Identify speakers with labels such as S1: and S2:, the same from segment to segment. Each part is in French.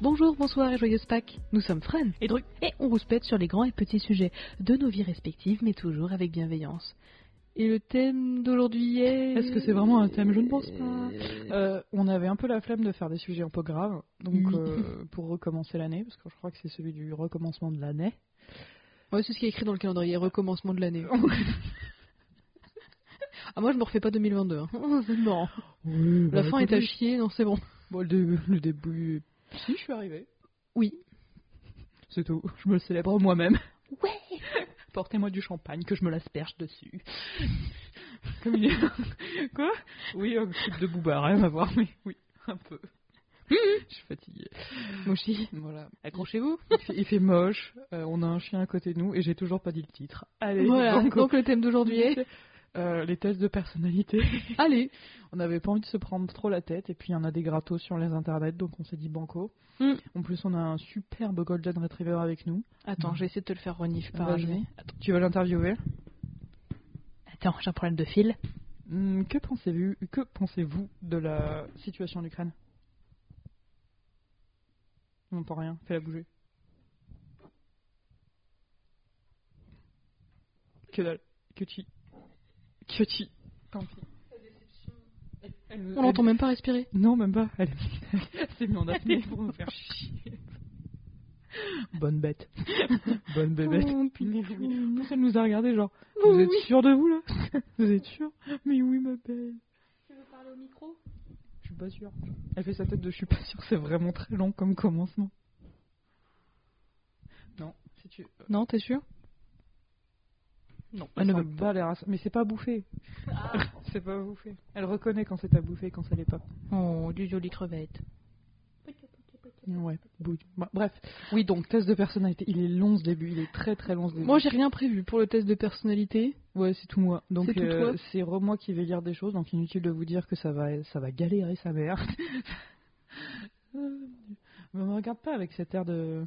S1: Bonjour, bonsoir et joyeuse Pâques. Nous sommes Fran
S2: et Druc.
S1: et on rouspète sur les grands et petits sujets de nos vies respectives, mais toujours avec bienveillance. Et le thème d'aujourd'hui est.
S2: Est-ce que c'est vraiment un thème Je ne pense pas. Euh, on avait un peu la flemme de faire des sujets un peu graves, donc
S1: Oui.
S2: euh, pour recommencer l'année, parce que je crois que c'est celui du recommencement de l'année.
S1: Ouais, c'est ce qui est écrit dans le calendrier, recommencement de l'année. ah, moi je me refais pas 2022. hein. non. bah, La fin est à chier, non, c'est bon.
S2: Bon, le, dé- le début. Si, je suis arrivée.
S1: Oui.
S2: C'est tout. Je me le célèbre moi-même. Ouais Portez-moi du champagne que je me l'asperge dessus. Comme il est- Quoi Oui, un truc de boubard, rien à voir, mais oui, un peu.
S1: Mm.
S2: Je suis fatiguée.
S1: Moshi,
S2: Voilà.
S1: accrochez-vous.
S2: Il fait, il fait moche, euh, on a un chien à côté de nous et j'ai toujours pas dit le titre. Allez,
S1: Voilà,
S2: donc,
S1: donc le thème d'aujourd'hui est.
S2: euh, les tests de personnalité.
S1: Allez
S2: on n'avait pas envie de se prendre trop la tête et puis il y en a des gratos sur les internets donc on s'est dit banco.
S1: Mm.
S2: En plus, on a un superbe Golden Retriever avec nous.
S1: Attends, je vais essayer de te le faire renif par
S2: Vas-y. Tu veux l'interviewer
S1: Attends, j'ai un problème de fil.
S2: Hmm, Que pensez-vous que pensez-vous de la situation en Ukraine On n'entend rien, fais-la bouger. Que dalle, que chi. Que chi. Tant pis. Elle- elle nous-
S1: On
S2: elle-
S1: l'entend même pas respirer.
S2: Non, même pas. Elle elle s'est mise en apnée pour nous faire chier. Bonne bête. Bonne bébête.
S1: Oh,
S2: Mais oui. En
S1: pichou.
S2: plus, elle nous a regardé genre,
S1: Oui,
S2: vous
S1: oui,
S2: êtes
S1: oui.
S2: sûr de vous là Vous êtes sûr Mais oui, ma belle.
S1: Tu veux parler au micro
S2: Je suis pas sûre. Elle fait sa tête de je suis pas sûre, c'est vraiment très long comme commencement. Non, si tu.
S1: Non, t'es sûr
S2: Non,
S1: elle
S2: elle
S1: ne
S2: ne
S1: veut
S2: pas les Ah. races. Mais c'est pas bouffé. c'est pas bouffé. Elle reconnaît quand c'est à bouffer et quand ça l'est pas.
S1: Oh, du joli crevette.
S2: Ouais, bouille. Bah, Bref, oui, donc test de personnalité. Il est long ce début, il est très très long ce début.
S1: Euh, Moi, j'ai rien prévu pour le test de personnalité.
S2: Ouais, c'est tout moi. Donc
S1: C'est tout
S2: euh,
S1: toi.
S2: c'est re- moi qui vais lire des choses, donc inutile de vous dire que ça va, ça va galérer sa mère. Euh, Mais me regarde pas avec cet air de.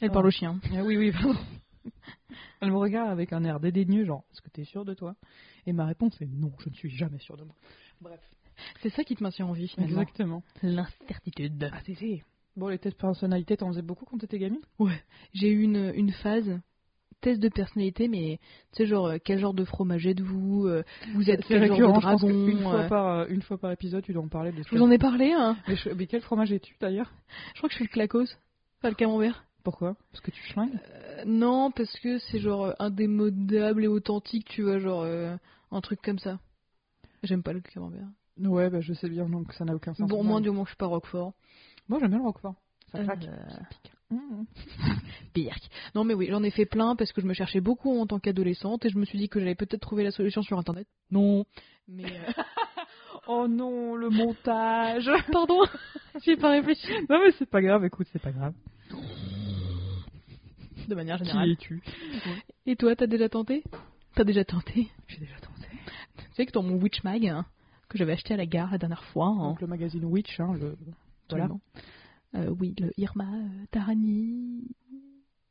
S1: Elle
S2: Ah.
S1: parle au chien.
S2: Ah oui, oui, pardon. Elle me regarde avec un air dédaigneux, genre, est-ce que t'es sûr de toi Et ma réponse est non, je ne suis jamais sûr de moi. Bref,
S1: C'est ça qui te maintient en vie, finalement.
S2: exactement.
S1: L'incertitude.
S2: Ah, c'est, c'est. Bon, les tests de personnalité, t'en faisais beaucoup quand t'étais gamine
S1: J'ai eu une, une phase test de personnalité, mais tu sais, genre, euh, quel genre de fromage êtes-vous euh, Vous êtes quel genre de
S2: je pense
S1: dragon
S2: qu'une fois,
S1: euh,
S2: par, euh, une fois par épisode, tu dois en parler. De
S1: Je vous en ai parlé, hein.
S2: mais, je- mais quel fromage es-tu d'ailleurs
S1: Je crois que je suis le clacos. Pas le camembert.
S2: Pourquoi Parce que tu schlingues
S1: Euh, non, parce que c'est genre euh, indémodable et authentique, tu vois, genre euh, un truc comme ça. J'aime pas le camembert.
S2: Ouais, bah, je sais bien, donc ça n'a aucun sens.
S1: Bon, au moins, du moment, que je suis pas Roquefort.
S2: Moi, j'aime bien le roquefort. Ça claque,
S1: Euh,
S2: ça pique. Mmh.
S1: Birk. Non mais oui, j'en ai fait plein parce que je me cherchais beaucoup en tant qu'adolescente et je me suis dit que j'allais peut-être trouver la solution sur internet. Non. Mais euh,
S2: Oh non, le montage
S1: pardon, j'ai pas réfléchi
S2: Non, mais c'est pas grave, écoute, c'est pas grave.
S1: de manière
S2: Qui
S1: générale.
S2: es-tu
S1: Et toi, t'as déjà tenté T'as déjà tenté
S2: J'ai déjà tenté.
S1: Tu sais que dans mon Witch Mag hein, que j'avais acheté à la gare la dernière fois, hein,
S2: Donc le magazine Witch, hein, le... Oh. voilà.
S1: absolument. Euh, oui, le Irma, euh, Tarani,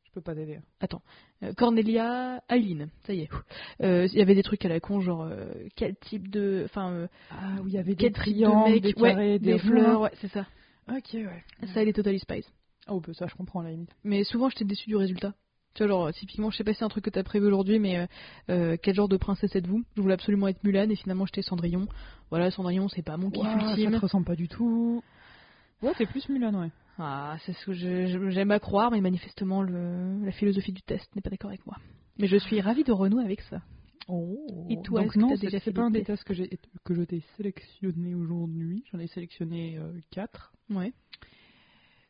S2: Je peux pas t'aider. hein.
S1: Euh, Cornelia, Aileen, ça y est. Euh, Il y avait des trucs à la con, genre euh, quel type de, enfin, euh,
S2: Ah oui, il y avait
S1: quel type de mec, ouais, des fleurs, ouais, c'est ça.
S2: Ok, ouais.
S1: Ça et les Totally Spies.
S2: Oh, bah, ça, je comprends à la limite.
S1: mais souvent j'étais déçue du résultat. Tu vois, genre, euh, typiquement, je sais pas si c'est un truc que t'as prévu aujourd'hui, mais euh, euh, quel genre de princesse êtes-vous Je voulais absolument être Mulan et finalement j'étais Cendrillon. Voilà, Cendrillon, c'est pas mon kiff
S2: Ouah, ça
S1: ultime.
S2: te ressemble pas du tout. Ouais, t'es plus Mulan, ouais.
S1: Ah, c'est ce que je- je- j'aime à croire, mais manifestement, le, la philosophie du test n'est pas d'accord avec moi. Mais je suis ravie de renouer avec ça.
S2: Oh.
S1: Et toi, est-ce
S2: Donc
S1: que
S2: non,
S1: t'as
S2: c'est-
S1: déjà fait
S2: c'est pas
S1: des
S2: un des tests que j'ai que je t'ai sélectionné aujourd'hui. J'en ai sélectionné 4.
S1: Ouais.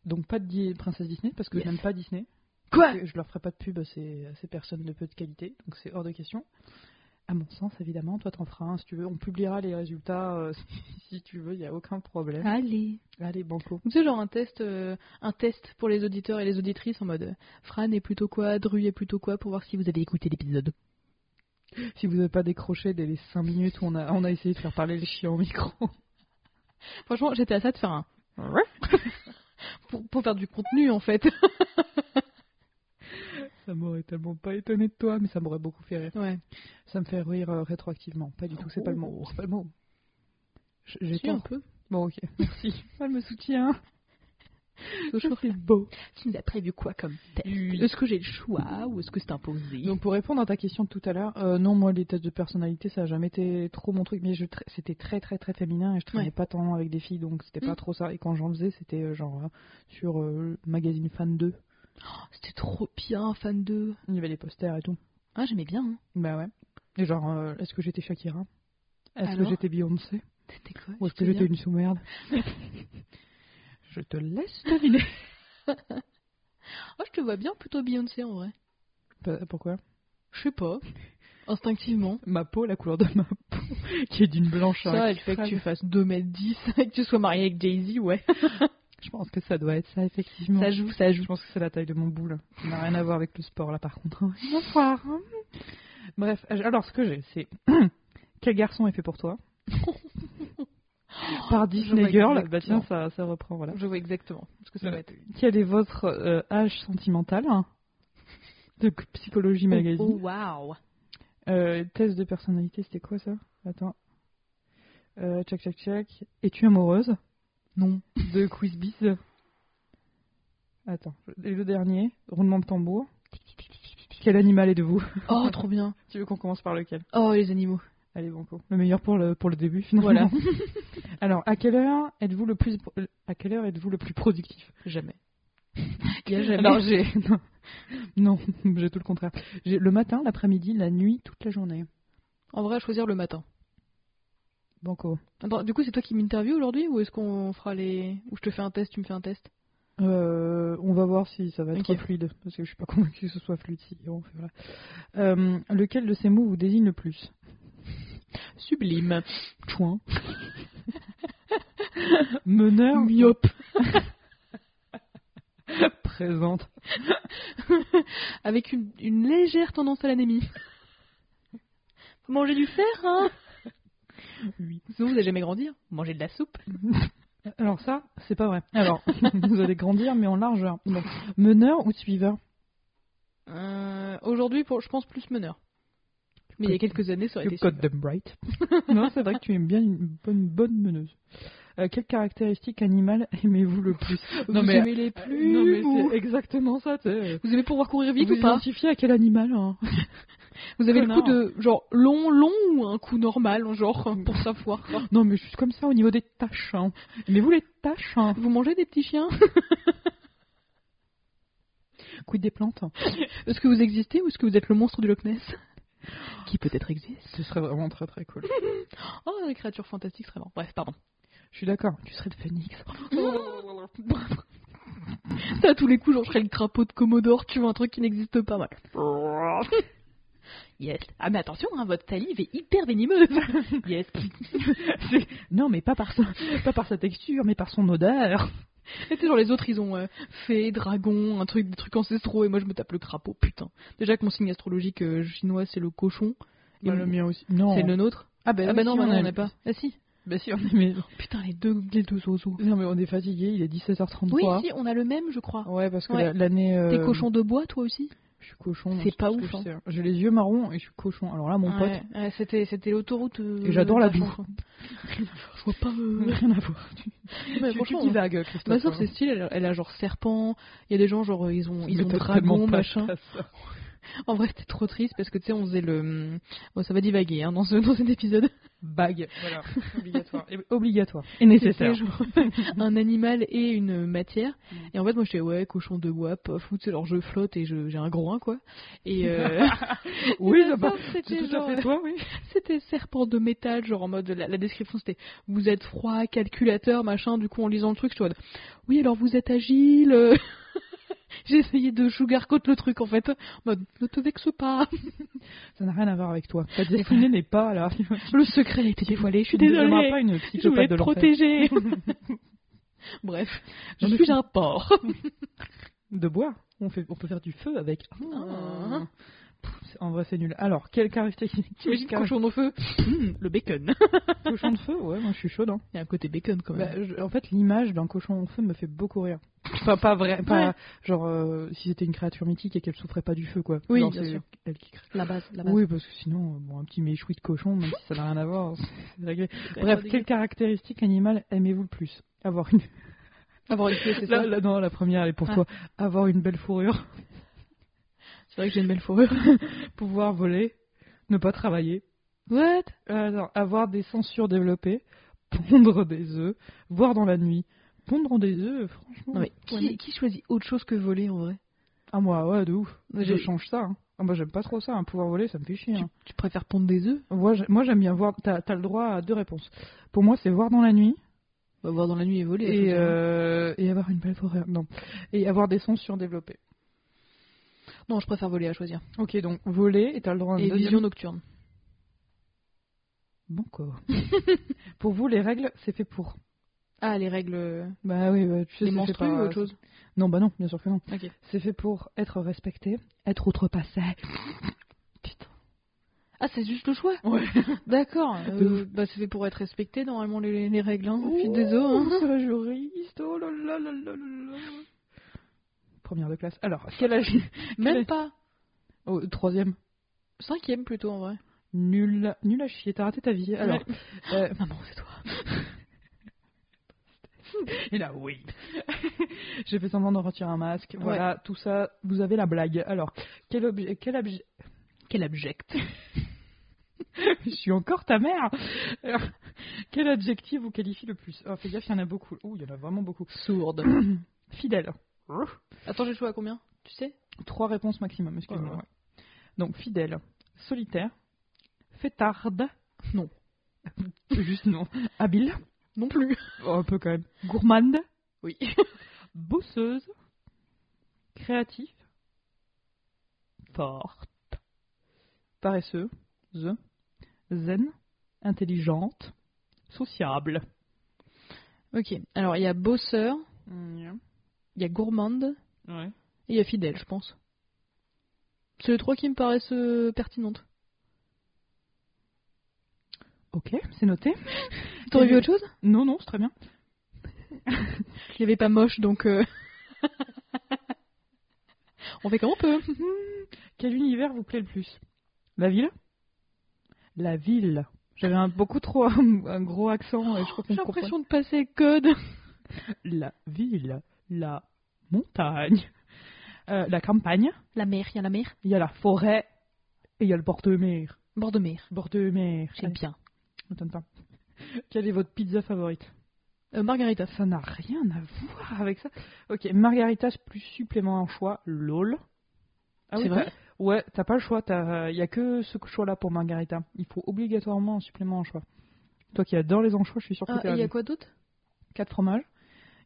S2: Donc pas de Di- princesse Disney parce que
S1: Yes.
S2: j'aime pas Disney.
S1: Quoi
S2: Ah, Je leur ferai pas de pub à ces, à ces personnes de peu de qualité, donc c'est hors de question. À mon sens, évidemment, toi t'en feras un si tu veux. On publiera les résultats euh, si tu veux, il n'y a aucun problème.
S1: Allez.
S2: Allez, banco.
S1: Tu sais, genre un test, euh, un test pour les auditeurs et les auditrices en mode euh, Fran est plutôt quoi, Dru est plutôt quoi, pour voir si vous avez écouté l'épisode.
S2: Si vous n'avez pas décroché dès les 5 minutes où on a, on a essayé de faire parler les chiens au micro.
S1: Franchement, j'étais à ça de faire un pour, pour faire du contenu en fait.
S2: ça m'aurait tellement pas étonné de toi, mais ça m'aurait beaucoup fait rire.
S1: Ouais.
S2: Ça me fait rire euh, rétroactivement. Pas du tout, c'est pas le mot. C'est pas le mot. J- J'ai
S1: Si, un
S2: tort.
S1: peu.
S2: Bon, ok, merci. Elle me soutient.
S1: Ce choix.
S2: C'est beau.
S1: Tu nous as prévu quoi comme test
S2: Oui.
S1: Est-ce que j'ai le choix ou est-ce que c'est imposé
S2: Donc pour répondre à ta question de tout à l'heure, euh, non moi les tests de personnalité ça a jamais été trop mon truc, mais je tra- c'était très très très féminin et je traînais
S1: Ouais.
S2: pas tant avec des filles donc c'était
S1: Mm.
S2: pas trop ça. Et quand j'en faisais c'était euh, genre euh, sur euh, le magazine Fan 2,
S1: C'était trop bien, fan 2.
S2: il y avait les posters et tout.
S1: Ah, j'aimais bien. hein.
S2: Bah ouais. Et genre euh, est-ce que j'étais Shakira Est-ce que
S1: Alors
S2: j'étais Beyoncé
S1: C'était quoi
S2: Ou est-ce
S1: Tu
S2: que
S1: te
S2: j'étais
S1: souviens
S2: une sous-merde Je te laisse deviner.
S1: Oh, je te vois bien plutôt Beyoncé en vrai.
S2: Bah, Pourquoi
S1: Je sais pas. Instinctivement.
S2: Ma peau, la couleur de ma peau, qui est d'une blancheur.
S1: Ça, le fait que tu
S2: extrême.
S1: fasses 2m10 et que tu sois marié avec Jay-Z, ouais.
S2: Je pense que ça doit être ça effectivement.
S1: Ça joue, ça joue.
S2: Je pense que c'est la taille de mon boule. Ça n'a rien à voir avec le sport là par contre. Bonsoir. Bref, euh, alors ce que j'ai, c'est quel garçon est fait pour toi Par
S1: vois
S2: Disney Girl.
S1: exactement.
S2: Bah tiens, ça, ça reprend voilà.
S1: Je vois exactement ce que ça va être.
S2: Quel est votre euh, âge sentimental De psychologie magazine.
S1: Oh, wow.
S2: Euh, test de personnalité, c'était quoi ça Attends. Euh, check, check, check. Es-tu amoureuse
S1: Non.
S2: De Quizbiz. Attends. Et le dernier, roulement de tambour. Quel animal est de vous
S1: Oh, trop bien.
S2: Tu veux qu'on commence par lequel
S1: Oh, les animaux.
S2: Allez, banco. Le meilleur pour le, pour le début, finalement.
S1: Voilà.
S2: Alors, à quelle heure êtes-vous le plus, à quelle heure êtes-vous le plus productif
S1: Jamais. Il y a jamais.
S2: Alors, j'ai, non. Non, j'ai tout le contraire. J'ai le matin, l'après-midi, la nuit, toute la journée.
S1: En vrai, à choisir le matin.
S2: Banco.
S1: Attends, du coup, c'est toi qui m'interview aujourd'hui ou est-ce qu'on fera les. Ou je te fais un test, tu me fais un test
S2: Euh, on va voir si ça va être
S1: Ok.
S2: fluide, parce que je suis pas convaincue que ce soit fluide. si on fait, voilà. Euh, lequel de ces mots vous désigne le plus
S1: Sublime.
S2: Chouin. Meneur.
S1: Myope.
S2: Présente.
S1: Avec une, une légère tendance à l'anémie. Faut Manger du fer, hein
S2: Oui.
S1: Sinon, vous n'allez jamais grandir. Manger de la soupe.
S2: Alors ça, c'est pas vrai. Alors, vous allez grandir, mais en largeur. Bon. Meneur ou suiveur
S1: Euh, aujourd'hui, pour, je pense plus meneur. Mais il y a quelques années, ça aurait été.
S2: You got them right. non, c'est vrai que tu aimes bien une bonne, bonne meneuse. Euh, quelle caractéristique animale aimez-vous le plus
S1: super.
S2: Non,
S1: vous
S2: mais- euh,
S1: aimez les plumes
S2: Non, mais
S1: ou-
S2: c'est exactement ça, tu sais.
S1: Vous aimez pouvoir courir vite
S2: Vous
S1: ou pas
S2: identifiez à quel animal hein
S1: Vous avez
S2: Connard.
S1: le coup de genre long, long ou un coup normal, genre pour savoir.
S2: Non, mais juste comme ça au niveau des taches. hein. Mais vous les taches hein
S1: Vous mangez des petits chiens
S2: Quid des plantes hein.
S1: Est-ce que vous existez ou est-ce que vous êtes le monstre du Loch Ness Qui peut-être existe.
S2: Ce serait vraiment très très cool.
S1: Oh, les créatures fantastiques, vraiment. Bref, pardon.
S2: Je suis d'accord, tu serais le phénix.
S1: Ça, à tous les coups, genre, je serais le crapaud de Commodore, tu vois, un truc qui n'existe pas mal. Yes. Ah, mais attention, hein, votre salive est hyper venimeuse. Yes.
S2: C'est- Non, mais pas par, sa... pas par sa texture, mais par son odeur.
S1: Et c'est genre, les autres, ils ont euh, fée, dragon, un truc, des trucs ancestraux, et moi, je me tape le crapaud, putain. Déjà que mon signe astrologique euh, chinois, c'est le cochon. Et mon-
S2: mien aussi. Non.
S1: C'est le nôtre
S2: Ah, bah,
S1: Ah bah
S2: oui,
S1: non,
S2: si,
S1: bah
S2: on
S1: non,
S2: a
S1: on
S2: le-
S1: n'a pas. Ah si.
S2: Bah si, on est... mais...
S1: Putain, les deux, les deux oiseaux.
S2: Non, mais on est fatigué, il est 17h33.
S1: Oui, si, on a le même, je crois.
S2: Ouais, parce que
S1: Ouais.
S2: la- l'année. euh,
S1: T'es cochon de bois, toi aussi
S2: Je suis cochon. hein,
S1: C'est pas
S2: tout ce
S1: ouf, hein.
S2: que je sais. J'ai les yeux marrons et je suis cochon. Alors là, mon
S1: Ouais, ouais, c'était, c'était l'autoroute. euh,
S2: Et j'adore la
S1: de
S2: bouffe.
S1: chanson. Je vois pas.
S2: pote.
S1: euh,
S2: Rien à voir. Tu,
S1: mais
S2: tu, tu
S1: franchement, hein. Bah,
S2: divagues, Christophe. hein.
S1: Ma soeur, c'est style, elle, elle a genre serpent. Il y a des gens, genre, euh, ils ont, ils
S2: Mais
S1: ont
S2: t'as
S1: dragon,
S2: tellement pas
S1: machin.
S2: ta sœur.
S1: En vrai, c'était trop triste parce que tu sais, on faisait le. euh, Bon, ça va divaguer hein, dans, ce, dans cet épisode.
S2: Bague, voilà. Obligatoire. Et, obligatoire. Et
S1: C'était
S2: nécessaire. Mm.
S1: genre un animal et une matière. Et en fait, moi, j'étais, ouais, cochon de bois, pof, ou tu sais, alors je flotte et je- j'ai un gros un, quoi. Et. euh,
S2: Oui,
S1: ma
S2: ça va.
S1: sœur,
S2: C'est
S1: c'était
S2: tout à
S1: genre-
S2: fait toi, oui.
S1: C'était serpent de métal, genre en mode la, la description c'était vous êtes froid, calculateur, machin. Du coup, en lisant le truc, je suis en mode, oui, alors vous êtes agile. euh. J'ai essayé de sugarcoat le truc en fait. En mode ne te vexe pas,
S2: Ça n'a rien à voir avec toi. Ta destinée n'est pas là.
S1: le secret a été dévoilé. Je suis
S2: Tu ne deviendras
S1: désolée,
S2: pas une
S1: je voulais
S2: psychopathe
S1: te
S2: de l'enfer.
S1: protéger. Bref, je
S2: Non, mais
S1: suis
S2: tu-
S1: un porc.
S2: De bois. On, fait, on peut faire du feu avec.
S1: Ah.
S2: Pff, c'est- en vrai, c'est nul. Alors, quelle caractéristique
S1: T'imagines cochon au feu, Hum, le bacon.
S2: cochon de feu Ouais, moi je suis chaude. Hein.
S1: Il y a un côté bacon quand même.
S2: Bah, je- en fait, l'image d'un cochon en feu me fait beaucoup rire. Enfin, pas vrai, pas
S1: Ouais.
S2: genre euh, si c'était une créature mythique et qu'elle souffrait pas du feu, quoi.
S1: Oui,
S2: Genre,
S1: bien
S2: c'est
S1: sûr.
S2: Elle qui crée.
S1: la base, la base.
S2: Oui, parce que sinon, euh, bon, un petit méchoui de cochon, même si ça n'a rien à voir, c'est réglé. Bref, quelle caractéristique animale aimez-vous le plus Avoir une.
S1: Avoir une clé, c'est ça
S2: Là, là, non, la première, elle est pour
S1: Ah.
S2: toi. Avoir une belle fourrure,
S1: C'est vrai que j'ai une belle fourrure.
S2: pouvoir voler, ne pas travailler,
S1: What
S2: Euh, non, avoir des sens surdéveloppés, pondre des œufs, boire dans la nuit. Pondre des œufs, franchement.
S1: Non mais
S2: ouais,
S1: qui, qui choisit autre chose que voler en vrai
S2: Ah, moi, ouais, de ouf.
S1: Moi,
S2: Je
S1: j'ai-
S2: change ça. hein. Ah, moi, j'aime pas trop ça. hein. Pouvoir voler, ça me fait chier.
S1: tu,
S2: hein.
S1: tu préfères pondre des œufs
S2: Moi, j'ai- moi, j'aime bien voir. T'as as le droit à deux réponses. Pour moi, c'est voir dans la nuit
S1: bah, Voir dans la nuit et voler.
S2: et,
S1: je veux dire. hein.
S2: euh, et avoir une belle forêt. Non. Et avoir des sons surdéveloppés.
S1: Non, je préfère voler à choisir.
S2: Ok, donc voler et t'as le droit à une
S1: Et
S2: deuxième-
S1: vision nocturne.
S2: Bon corps. pour vous, les règles, c'est fait pour.
S1: Ah, les règles.
S2: Bah oui, bah, tu sais,
S1: Les
S2: c'est fait
S1: menstrues
S2: par-
S1: ou autre chose
S2: Non, bah non, bien sûr que non.
S1: Ok.
S2: C'est fait pour être respecté, être outrepassé. Putain.
S1: Ah, c'est juste le choix
S2: Ouais.
S1: D'accord.
S2: De
S1: Euh, bah, c'est fait pour être respecté, normalement, les, les règles. Hein. Je suis
S2: Ouh,
S1: désolée. hein.
S2: c'est la juriste. Oh là là là là là là. Première de classe. Alors, quel âge
S1: Même
S2: est-
S1: pas.
S2: oh, Troisième.
S1: Cinquième plutôt, en vrai.
S2: Nul, nul à chier. T'as raté ta vie. Alors, euh,
S1: Maman, c'est toi.
S2: Et là, oui. J'ai fait semblant d'en retirer un masque. Voilà, tout ça, vous avez la blague. Alors, quel objet. Quel, abje- quel abject. Je suis encore ta mère. Alors, quel adjectif vous qualifie le plus oh, Fais gaffe, il y en a beaucoup. Ouh, il y en a vraiment beaucoup.
S1: Sourde.
S2: Fidèle.
S1: Attends, j'ai le choix à combien Tu sais
S2: Trois réponses maximum, excuse-moi.
S1: Voilà.
S2: ouais. Donc, fidèle, solitaire, fêtarde.
S1: Non.
S2: Juste non. Habile.
S1: Non plus.
S2: Oh, un peu quand même. Gourmande.
S1: Oui.
S2: bosseuse, créatif, forte, paresseuse, zen, intelligente, sociable.
S1: Ok. Alors, il y a bosseur, il y a gourmande,
S2: Ouais.
S1: et il y a fidèle, je pense. C'est les trois qui me paraissent euh, pertinentes.
S2: Ok, c'est noté.
S1: T'aurais
S2: Et
S1: vu
S2: le-
S1: autre chose
S2: Non, non, c'est très bien.
S1: Je l'avais pas moche, donc... euh, on fait comme on peut.
S2: Quel univers vous plaît le plus La ville La ville. J'avais un beaucoup trop un gros accent et je crois
S1: J'ai
S2: qu'on comprend.
S1: l'impression de passer code.
S2: La ville, la montagne, Euh, la campagne,
S1: La mer, il y a la mer.
S2: il y a la forêt et il y a le bord de mer.
S1: Bord de mer,
S2: Bord de mer.
S1: j'aime bien.
S2: Je m'étonne pas. Quelle est votre pizza favorite
S1: Euh, Margarita.
S2: Ça n'a rien à voir avec ça. Ok, margaritas plus supplément en choix, lol. Ah
S1: C'est
S2: oui, ah,
S1: vrai
S2: t'as- Ouais, t'as pas le choix, il n'y a que ce choix-là pour margarita. Il faut obligatoirement un supplément en choix. Toi qui adore les anchois, je suis sûre que
S1: Ah, et
S2: t'as
S1: il y a quoi d'autre
S2: 4 fromages,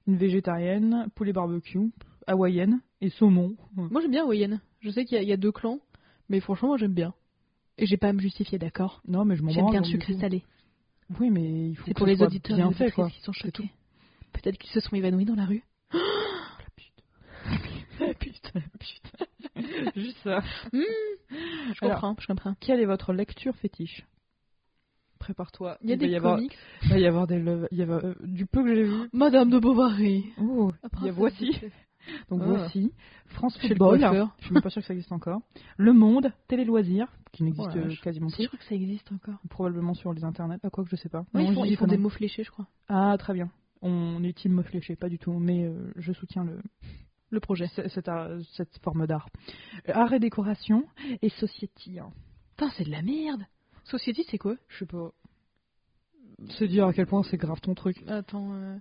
S2: une végétarienne, poulet barbecue, hawaïenne et saumon. Ouais.
S1: Moi j'aime bien Wayen. Je sais qu'il y a- il y, a deux clans, mais franchement moi j'aime bien. Et j'ai pas à me justifier, d'accord
S2: Non, mais je m'en
S1: J'aime
S2: branle,
S1: bien le
S2: donc, du
S1: sucré
S2: coup.
S1: salé.
S2: Oui, mais il faut
S1: C'est
S2: que
S1: pour
S2: ce
S1: les
S2: soit
S1: auditeurs et
S2: bien
S1: les
S2: fait, quoi.
S1: auditrices qui sont
S2: C'est tout.
S1: choqués. Peut-être qu'ils se sont évanouis dans la rue.
S2: Putain, putain. Juste ça.
S1: Je
S2: Hmm. Alors-
S1: comprends, je comprends.
S2: Quelle est votre lecture fétiche Prépare-toi.
S1: Il y a des
S2: va y avoir,
S1: comics.
S2: il va y avoir des le- il y va- euh, du peu que j'ai vu.
S1: Madame de Bovary.
S2: Oh, il y a voici. Donc
S1: Ah.
S2: voici France
S1: Chez le
S2: Football.
S1: coiffeur.
S2: Je suis même pas sûr que ça existe encore. Le Monde, Télé Loisirs, qui n'existe
S1: Oh la vache.
S2: quasiment
S1: Je
S2: plus.
S1: crois que ça existe encore.
S2: Probablement sur les internets. Ah quoi que je sais pas.
S1: Ouais, ils
S2: Non, je
S1: font,
S2: dis
S1: ils
S2: que
S1: font
S2: non.
S1: des mots fléchés, je crois.
S2: Ah très bien. On est team me fléché, pas du tout, mais euh, je soutiens le,
S1: Le projet.
S2: c- cette, euh, cette forme d'art. Euh, Art et décoration et society. hein.
S1: Putain, c'est de la merde. Society, c'est quoi
S2: Je sais pas. C'est dire à quel point c'est grave ton truc.
S1: Attends, euh,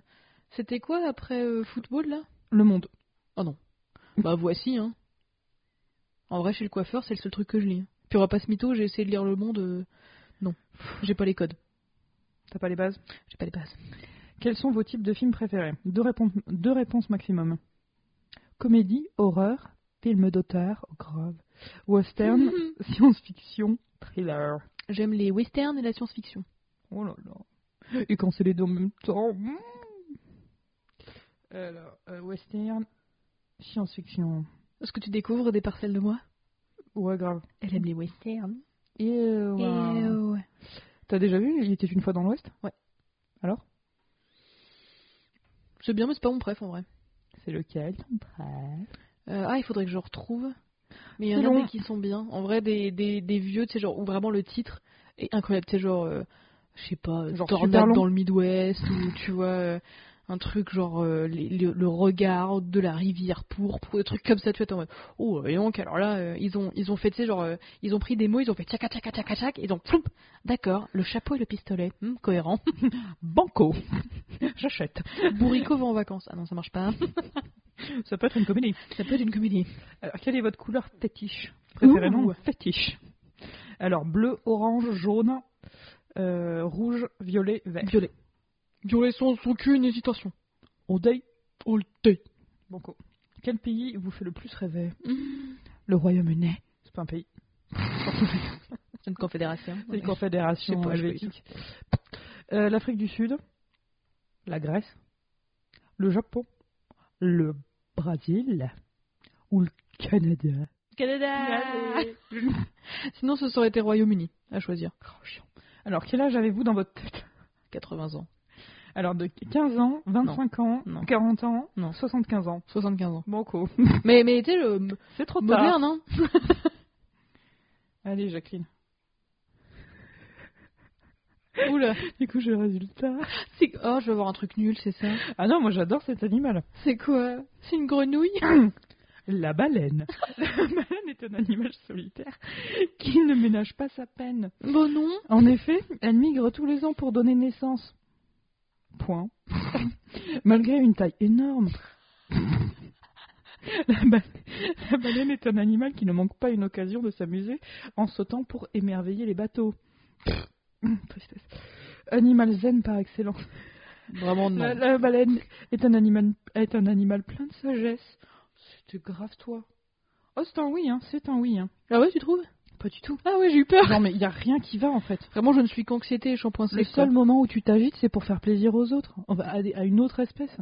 S1: c'était quoi après euh, football là
S2: Le Monde.
S1: Bah voici, hein. En vrai, chez le coiffeur, c'est le seul truc que je lis. hein. Puis on va pas se mytho, j'ai essayé de lire Le Monde. euh, Non, j'ai pas les codes,
S2: T'as pas les bases
S1: j'ai pas les bases.
S2: Quels sont vos types de films préférés deux réponses, deux réponses maximum. Comédie, horreur, film d'auteur, grave, western, science-fiction, thriller.
S1: J'aime les westerns et la science-fiction.
S2: Oh là là. Et quand c'est les deux en même temps. mm. Alors, euh, western, science-fiction.
S1: Est-ce que tu découvres des parcelles de moi
S2: Ouais, grave.
S1: Elle aime les westerns.
S2: Et euh, ouais.
S1: Eww.
S2: T'as déjà vu Il était une fois dans l'Ouest
S1: Ouais.
S2: Alors
S1: C'est bien, mais c'est pas mon préf en vrai.
S2: C'est lequel ton préf
S1: Euh, ah, il faudrait que je retrouve. Mais il y
S2: C'est
S1: en a
S2: long.
S1: des qui sont bien. En vrai, des, des, des vieux, tu sais, genre, où vraiment le titre est incroyable. Tu sais, genre, euh, je sais pas, euh,
S2: Genre
S1: Tornade
S2: super long.
S1: dans le Midwest, ou tu vois, euh, un truc genre euh, les- le, le regard de la rivière pourpre, ou des trucs comme ça, tu vois, t'es en mode, oh, et donc, alors là, euh, ils ont, ils ont fait, tu sais, genre, euh, ils ont pris des mots, ils ont fait tchac, tchac, tchac, tchac, ils ont, ploup, d'accord, le chapeau et le pistolet, hmm, cohérent.
S2: Banco J'achète.
S1: Bourrico va en vacances. Ah non, ça marche pas.
S2: Ça peut être une comédie.
S1: Ça peut être une comédie.
S2: Alors, quelle est votre couleur fétiche Préférée, non
S1: Ouh.
S2: Fétiche. Alors, bleu, orange, jaune, euh, rouge, violet, vert.
S1: Violet. Violet sans aucune hésitation.
S2: On deuil.
S1: All day.
S2: Banco. Quel pays vous fait le plus rêver Le Royaume-Uni. C'est pas un pays.
S1: C'est une confédération.
S2: C'est une confédération
S1: Je sais pas, je voyais
S2: helvétique. Euh, L'Afrique du Sud, la Grèce, le Japon, le Brésil ou le Canada.
S1: Canada Sinon, ce serait été Royaume-Uni à choisir.
S2: Oh, chiant. Alors, quel âge avez-vous dans votre tête
S1: 80 ans.
S2: Alors, de 15 ans, 25 ans,
S1: Non.
S2: 40 ans,
S1: Non.
S2: 75 ans.
S1: 75 ans.
S2: Banco.
S1: Mais, mais tu sais, le
S2: C'est trop tard.
S1: moderne, hein
S2: Allez, Jacqueline.
S1: Oula.
S2: Du coup, j'ai le résultat.
S1: C'est- Oh, je vais avoir un truc nul, c'est ça
S2: Ah non, moi j'adore cet animal.
S1: C'est quoi C'est une grenouille
S2: La baleine. La baleine est un animal solitaire qui ne ménage pas sa peine.
S1: Bon, non.
S2: En effet, elle migre tous les ans pour donner naissance. Point. Malgré une taille énorme. La, ba- la baleine est un animal qui ne manque pas une occasion de s'amuser en sautant pour émerveiller les bateaux. Tristesse. Animal zen par excellence.
S1: Vraiment,
S2: La,
S1: non.
S2: la baleine est un, animal, est un animal plein de sagesse. C'était grave toi. Oh, c'est un oui, hein, c'est un oui. Hein.
S1: Ah ouais, tu trouves
S2: Pas du tout.
S1: Ah ouais, j'ai eu peur.
S2: Non, mais il n'y a rien qui va en fait.
S1: Vraiment, je ne suis qu'anxiété et shampoing
S2: Le
S1: sec, quoi.
S2: seul moment où tu t'agites, c'est pour faire plaisir aux autres, Enfin, à, des- à une autre espèce.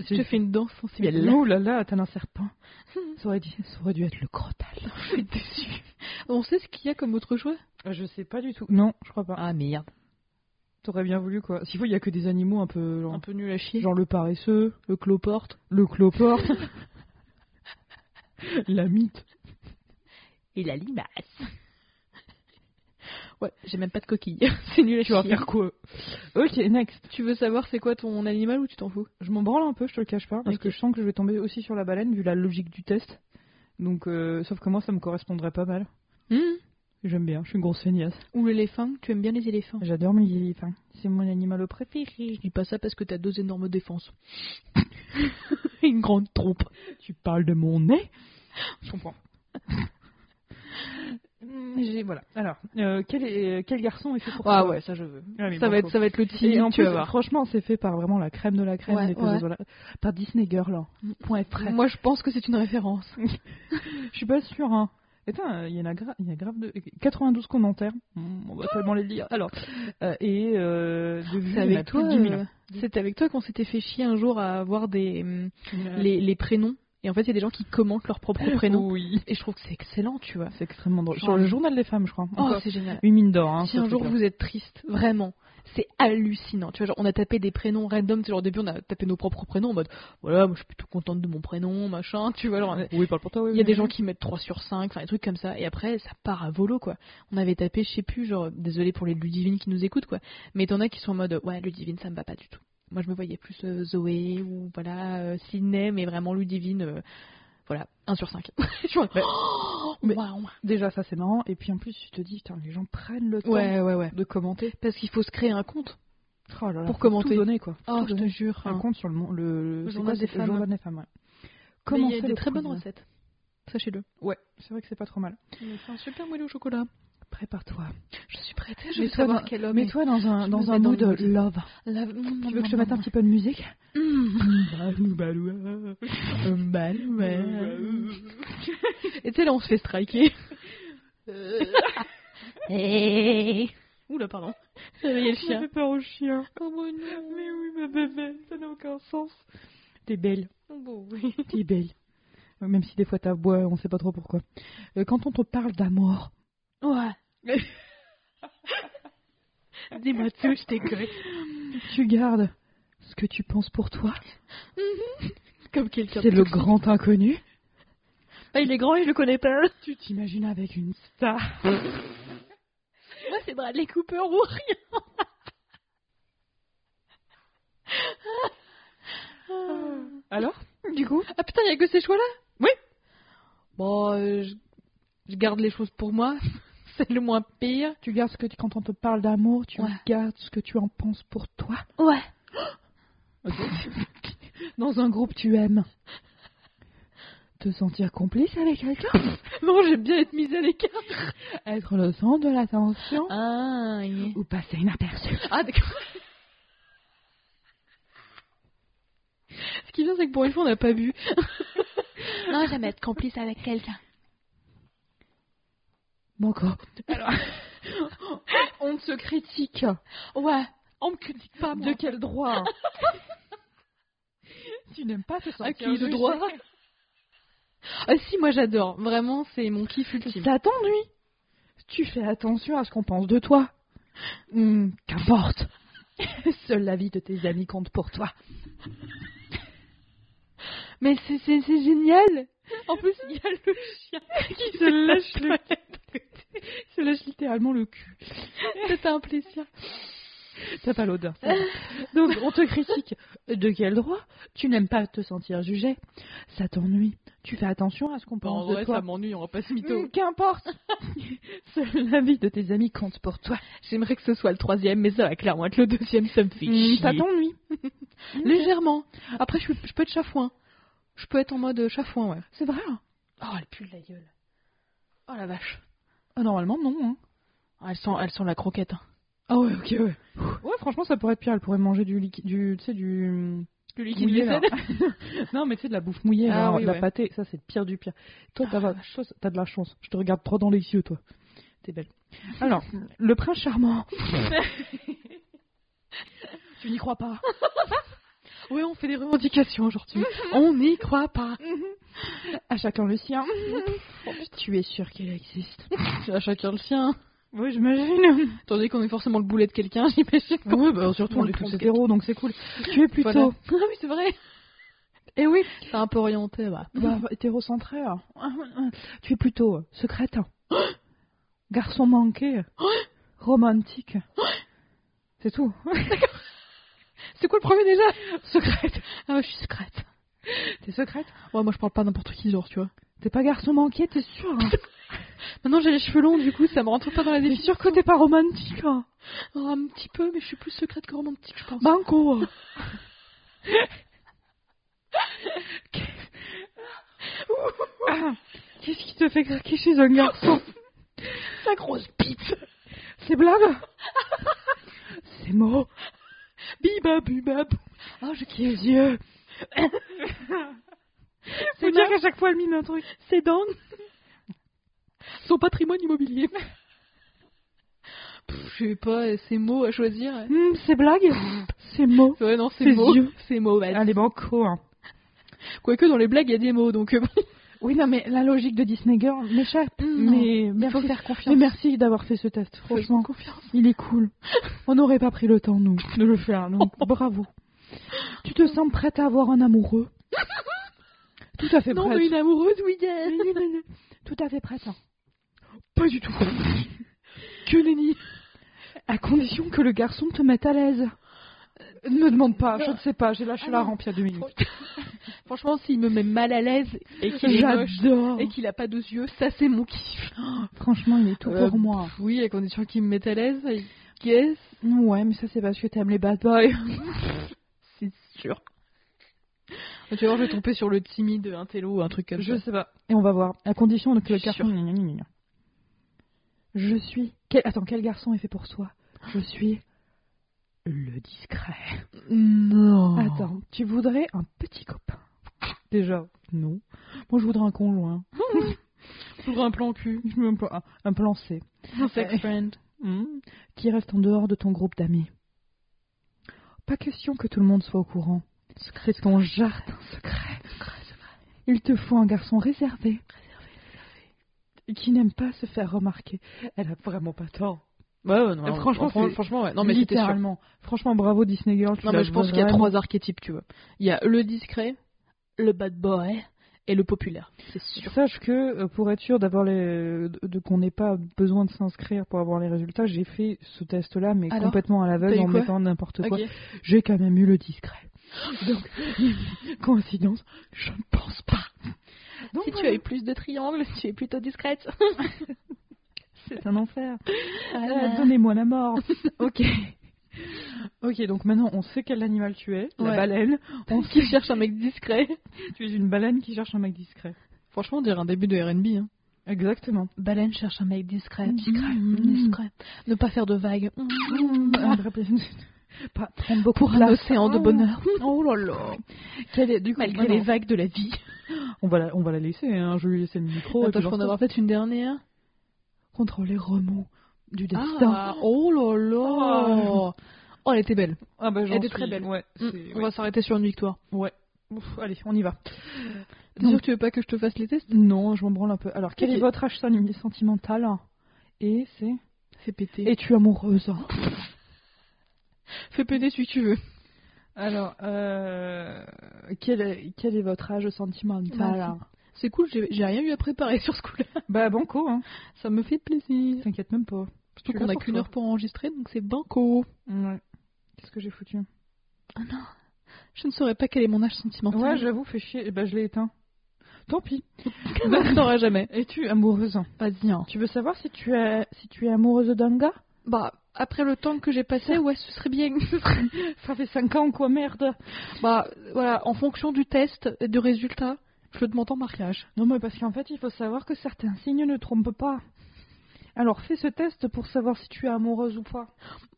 S1: Je te fais une danse hein,
S2: Mais
S1: sensible.
S2: là, oh là là, t'as un serpent. ça, aurait dû, ça aurait dû être le crotal.
S1: je suis déçue. On sait ce qu'il y a comme autre choix
S2: Ah, Je sais pas du tout. Non, je crois pas.
S1: Ah merde.
S2: T'aurais bien voulu quoi. S'il faut, il y a que des animaux un peu genre,
S1: Un peu nul à chier.
S2: genre le paresseux,
S1: le cloporte.
S2: le cloporte, la mythe.
S1: Et la limace. Ouais, j'ai même pas de coquille. c'est nul à
S2: Tu vas
S1: chier.
S2: faire quoi Ok, next.
S1: Tu veux savoir c'est quoi ton animal ou tu t'en fous
S2: Je m'en branle un peu, je te le cache pas, parce
S1: Ok.
S2: que je sens que je vais tomber aussi sur la baleine vu la logique du test. Donc, euh, sauf que moi, ça me correspondrait pas mal. J'aime bien, je suis une grosse feignasse.
S1: Hmm. Ou l'éléphant Tu aimes bien les éléphants
S2: J'adore mes éléphants. C'est mon animal préféré.
S1: Je dis pas ça parce que t'as deux énormes défenses. Et Une grande trompe.
S2: Tu parles de mon nez Je comprends. Hmm, J'ai- voilà. Alors, euh, quel, est- quel garçon est fait pour
S1: Ah
S2: toi
S1: ouais, ça je veux.
S2: Ah oui,
S1: ça, va
S2: banco.
S1: être, ça va être le
S2: Et
S1: petit,
S2: en
S1: tu
S2: plus,
S1: vas voir.
S2: franchement, c'est fait par vraiment la crème de la crème.
S1: Ouais,
S2: des
S1: ouais.
S2: voilà. Par Disney Girl, hein. Point frais.
S1: Moi je pense que c'est une référence.
S2: Je suis pas sûre, hein. Et putain, il y, en a gra- il y a grave de... 92 commentaires. Hmm, On va tellement les lire. Alors, euh, et euh, de vues,
S1: C'est
S2: il y en a
S1: avec
S2: plus
S1: toi.
S2: de 10 000.
S1: euh, C'est avec toi qu'on s'était fait chier un jour à avoir des, hum, les, les prénoms. Et en fait, il y a des gens qui commentent leurs propres
S2: Euh,
S1: prénoms.
S2: Oui.
S1: Et je trouve que c'est excellent, tu vois.
S2: C'est extrêmement drôle.
S1: Genre-
S2: Sur le journal des femmes, je crois.
S1: Oh,
S2: Encore.
S1: c'est génial.
S2: Une mine d'or. Hein,
S1: Si
S2: ce
S1: un jour
S2: truc-là.
S1: vous êtes triste, vraiment, c'est hallucinant. Tu vois, genre, on a tapé des prénoms random. Tu sais, genre, au début, on a tapé nos propres prénoms en mode voilà, moi je suis plutôt contente de mon prénom, machin. Tu vois, genre,
S2: Oui, parle pour toi.
S1: il y a des gens qui mettent 3 sur 5, enfin des trucs comme ça. Et après, ça part à volo, quoi. On avait tapé, je sais plus, genre, désolé pour les Ludivines qui nous écoutent, quoi. Mais t'en as qui sont en mode ouais, Ludivine, ça me va pas du tout. Moi, je me voyais plus euh, Zoé ou voilà, euh, Sydney, mais vraiment Ludivine. euh, voilà, 1 sur 5. je suis en mode,
S2: Ouais.
S1: oh,
S2: Mais-
S1: waouh.
S2: Déjà, ça c'est marrant. Et puis en plus, tu te dis, putain, les gens prennent le temps
S1: Ouais, ouais, ouais.
S2: de commenter.
S1: Parce qu'il faut se créer un compte.
S2: Oh là là,
S1: Pour
S2: faut
S1: commenter.
S2: Tout donner, quoi.
S1: Oh,
S2: Tout
S1: je
S2: donner.
S1: te jure.
S2: Un compte sur le, mon- le,
S1: Le
S2: c'est
S1: journal
S2: quoi,
S1: des
S2: c'est
S1: femmes.
S2: Le journal des femmes, ouais.
S1: Mais
S2: Comment
S1: il y a
S2: c'est
S1: des
S2: le
S1: très bonnes
S2: produit
S1: recettes. Sachez-le.
S2: Ouais, c'est vrai que c'est pas trop mal.
S1: On fait un super moelleux au chocolat.
S2: Prépare-toi.
S1: Je suis prête, je
S2: Mets-toi
S1: veux savoir
S2: dans-
S1: quel homme est-
S2: Mets-toi dans un,
S1: je
S2: dans
S1: me
S2: un
S1: mets dans
S2: mood
S1: le mood.
S2: love.
S1: La-
S2: Tu veux que je te mette un petit peu de musique
S1: Mm.
S2: Balou, balou,
S1: Mm, bah, ouais.
S2: balou.
S1: Et tu sais, là, on se fait striker. Hey. Oula, pardon. J'ai réveillé le
S2: Ça
S1: chien.
S2: fait peur au chien.
S1: Oh, mon non.
S2: Mais oui, ma bébé, ça n'a aucun sens. T'es belle.
S1: Oh, Bon, oui.
S2: T'es belle. Ouais, Même si des fois t'aboies, on sait pas trop pourquoi. Euh, Quand on te parle d'amour,
S1: Ouais. Dis-moi tout, je t'écoute.
S2: tu gardes ce que tu penses pour toi.
S1: Comme quelqu'un.
S2: C'est le grand inconnu.
S1: Ah, il est grand et je le connais pas.
S2: Tu t'imagines avec une star.
S1: Moi, c'est Bradley Cooper ou rien. Ah.
S2: Alors
S1: Du coup Ah putain, il n'y a que ces choix-là
S2: Oui.
S1: Bon, euh, je... je garde les choses pour moi. C'est le moins pire.
S2: Tu gardes ce que tu... Quand on te parle d'amour, tu
S1: Ouais.
S2: gardes ce que tu en penses pour toi.
S1: Ouais.
S2: Dans un groupe, tu aimes. Te sentir complice avec quelqu'un.
S1: Non, j'aime bien être mise à l'écart.
S2: Être le centre de l'attention.
S1: Ah,
S2: Ou passer inaperçu.
S1: ah d'accord. Ce qui est bien, c'est que pour une fois, on n'a pas bu. non, j'aime être complice avec quelqu'un.
S2: Bon, encore. on se critique.
S1: Ouais. On me critique pas, moi.
S2: De quel droit Tu n'aimes pas te sentir
S1: À qui le
S2: jugé.
S1: droit Ah si, moi j'adore. Vraiment, c'est mon kiff ultime.
S2: Ça t'ennuie. Tu fais attention à ce qu'on pense de toi. Hmm, Qu'importe. Seule la vie de tes amis compte pour toi.
S1: Mais c'est c'est- c'est génial En plus, il y a le chien qui se lâche le...
S2: Se lâche littéralement le cul.
S1: C'est un plaisir.
S2: T'as pas l'odeur. ça va. Donc on te critique. De quel droit Tu n'aimes pas te sentir jugé. Ça t'ennuie. Tu fais attention à ce
S1: Bah,
S2: qu'on pense de toi.
S1: m'ennuie, on va pas se
S2: Hmm, Qu'importe. Seule la vie de tes amis compte pour toi.
S1: J'aimerais que ce soit le troisième, mais ça va clairement être le deuxième, ça me fait
S2: Hmm,
S1: chier.
S2: Ça t'ennuie.
S1: Légèrement. Après, je, peux- je peux être chafouin. Je peux être en mode chafouin, ouais.
S2: C'est vrai. hein.
S1: Oh, elle pue de la gueule. Oh la vache.
S2: Ah, Normalement non. hein.
S1: Ah, Elle sent, elle sent la croquette. hein.
S2: Ah ouais, ok, ouais. Ouais, franchement, ça pourrait être pire. Elle pourrait manger du liquide, du, tu sais, du mouillé, là. non, mais tu sais, de la bouffe mouillée,
S1: Ah
S2: là,
S1: oui,
S2: de la
S1: ouais.
S2: pâtée. Ça, c'est le pire du pire. Toi, t'as
S1: Ah,
S2: la- toi, t'as de la chance. Je te regarde trop dans les yeux, toi. T'es belle. Alors, le prince charmant. tu n'y crois pas.
S1: Ouais, on fait des revendications aujourd'hui. on n'y croit pas. Oh,
S2: À chacun le sien. tu es sûr qu'elle existe.
S1: À chacun le sien.
S2: Oui, j'imagine.
S1: Tandis qu'on est forcément le boulet de quelqu'un, j'imagine. qu'on-
S2: Oui, bah, surtout,
S1: On
S2: on
S1: le
S2: est
S1: prend
S2: tous
S1: de
S2: hétéros, donc c'est cool. Tu es
S1: Voilà.
S2: plutôt.
S1: Ah oui, c'est vrai.
S2: Eh oui,
S1: C'est un peu orienté, bah.
S2: Bah, hétérocentré. hein. Tu es plutôt euh, secrète. hein. Garçon manqué. Romantique. C'est tout.
S1: C'est quoi le premier déjà Secrète. Ah ouais, je suis secrète.
S2: T'es secrète
S1: Ouais, moi je parle pas à n'importe qui, genre, tu vois.
S2: T'es pas garçon manqué, t'es sûr hein
S1: Maintenant j'ai les cheveux longs, du coup ça me rentre pas dans la
S2: T'es
S1: définition.
S2: sûr que t'es pas romantique hein
S1: Oh, un petit peu, mais je suis plus secrète que romantique, je pense.
S2: Banco hein. Ah, Qu'est-ce qui te fait craquer chez un garçon
S1: sa grosse bite.
S2: C'est blague C'est mots
S1: Bibab, bibab.
S2: Oh, je kiffe les yeux
S1: Faut
S2: C'est
S1: dire
S2: dire qu'à chaque fois elle mime un truc.
S1: Ses dents. Son patrimoine immobilier. Pff, Je sais pas, ces mots à choisir.
S2: Hmm, c'est blague C'est mots.
S1: Ouais, non,
S2: Ses
S1: c'est mots.
S2: yeux.
S1: C'est mots, vas-y.
S2: Allez, banco. Hein.
S1: Quoique dans les blagues, il y a des mots, donc. euh,
S2: Oui, non, mais la logique de Disney Girl m'échappe.
S1: Non.
S2: Mais
S1: Il faut
S2: merci.
S1: faire
S2: Mais
S1: confiance.
S2: merci d'avoir fait ce test, franchement.
S1: confiance.
S2: Il est cool. On n'aurait pas pris le temps, nous, de le faire, donc bravo. Tu te sens prête à avoir un amoureux Tout à fait
S1: Non,
S2: prête.
S1: mais une amoureuse, oui, yes.
S2: Mais non, non, non. Tout à fait prête. hein.
S1: Pas du tout. que nenni.
S2: À condition que le garçon te mette à l'aise. Ne me demande pas, je
S1: Non.
S2: ne sais pas, j'ai lâché
S1: Ah
S2: la
S1: non.
S2: rampe il y a deux minutes.
S1: Franchement, s'il me met mal à l'aise et qu'il est moche
S2: J'adore.
S1: et qu'il a pas de yeux, ça c'est mon kiff.
S2: Franchement, il est tout
S1: Euh,
S2: pour moi.
S1: Oui, à condition qu'il me mette à l'aise. Yes,
S2: Ouais, mais ça, c'est parce que t'aimes les bad boys.
S1: c'est sûr. Ah, Tu vas voir, je vais tomber sur le timide, un télo, un truc comme
S2: Je
S1: ça.
S2: sais pas. Et on va voir. À condition que
S1: Je
S2: le
S1: suis
S2: garçon. Gna, gna, gna, gna. Je suis. Quel... Attends, quel garçon est fait pour soi Je suis. Le discret.
S1: Non.
S2: Attends, tu voudrais un petit copain Déjà, non. Moi, je voudrais un conjoint.
S1: Pour un plan cul.
S2: Je veux un plan, un plan C.
S1: Un sex friend.
S2: Hmm. Qui reste en dehors de ton groupe d'amis. Pas question que tout le monde soit au courant. C'est ton jardin secret. Il te faut un garçon réservé. Qui n'aime pas se faire remarquer. Elle a vraiment pas tort.
S1: Ouais, ouais, non,
S2: Euh, franchement,
S1: fran-
S2: c'est-
S1: franchement, ouais. Non, mais c'était sûr.
S2: littéralement. Franchement, bravo Disney Girl. tu
S1: Non, mais
S2: l'as
S1: je pense qu'il y a
S2: vraiment-
S1: trois archétypes, tu vois. Il y a le discret, le bad boy et le populaire. C'est sûr.
S2: Sache que euh, pour être sûr d'avoir les... de de- qu'on n'ait pas besoin de s'inscrire pour avoir les résultats, j'ai fait ce test-là, mais
S1: Alors
S2: complètement à l'aveugle
S1: T'as eu
S2: en
S1: quoi
S2: mettant n'importe quoi.
S1: Ok.
S2: J'ai quand même eu le discret. Donc, coïncidence, je ne pense pas. Donc,
S1: si tu
S2: voilà.
S1: avais plus de triangles, tu es plutôt discrète.
S2: C'est un enfer.
S1: Voilà.
S2: Ah, Donnez-moi la mort. ok. Ok, donc maintenant on sait quel animal tu es, la
S1: Ouais.
S2: baleine. On
S1: Qui cherche un mec discret.
S2: Tu es une baleine qui cherche un mec discret.
S1: Franchement, on dirait un début de RB. Hein. Mm-hmm.
S2: Exactement.
S1: Baleine cherche un mec discret,
S2: Mmh.
S1: discret, discret. Ne pas faire de vagues. Mm-hmm.
S2: Ah, Pas prendre beaucoup
S1: Pour
S2: de
S1: un
S2: place.
S1: océan de
S2: Oh.
S1: bonheur.
S2: Oh là là. Quelle est, du coup,
S1: Malgré
S2: maintenant,
S1: les vagues de la vie.
S2: on, va la, on va la laisser, hein. je vais lui laisser le micro. et
S1: Attends, Oh, je peux
S2: puis
S1: en
S2: basta.
S1: avoir fait une dernière.
S2: Contre les remous du destin.
S1: Ah, oh là là. Oh, elle était belle.
S2: Ah bah, j'en
S1: Elle était
S2: suis-
S1: très belle.
S2: Ouais,
S1: Mm,
S2: c'est-
S1: On
S2: ouais.
S1: va s'arrêter sur une victoire.
S2: Ouais. Ouf, allez, on y va.
S1: T'es sûr que tu veux pas que je te fasse les tests
S2: Non, je m'en branle un peu. Alors, quel
S1: Ok.
S2: est votre âge senti- sentimental Et c'est.
S1: Fais péter.
S2: Es-tu amoureuse
S1: Fais péter celui que tu veux.
S2: Alors, euh, quel, est, quel est votre âge sentimental
S1: Bah, C'est cool, j'ai j'ai rien eu à préparer sur ce coup-là.
S2: Bah, banco, hein.
S1: Ça me fait plaisir.
S2: T'inquiète même pas.
S1: Surtout
S2: Tu
S1: qu'on
S2: l'as
S1: a
S2: pour
S1: qu'une
S2: toi.
S1: heure pour enregistrer, donc c'est banco.
S2: Ouais. Qu'est-ce que j'ai foutu
S1: Je ne saurais pas quel est mon âge sentimental.
S2: Ouais, j'avoue, fais chier. Eh ben, je l'ai éteint. Tant pis.
S1: Donc, tu sauras jamais.
S2: Es-tu amoureuse
S1: Vas-y. hein.
S2: Tu veux savoir si tu es, si tu es amoureuse d'un gars
S1: Bah, après le temps que j'ai passé, ouais, ce serait bien.
S2: Ça fait 5 ans, quoi, merde
S1: bah, voilà, en fonction du test et du résultat, je te demande en mariage.
S2: Non, mais parce qu'en fait, il faut savoir que certains signes ne trompent pas. Alors, fais ce test pour savoir si tu es amoureuse ou pas.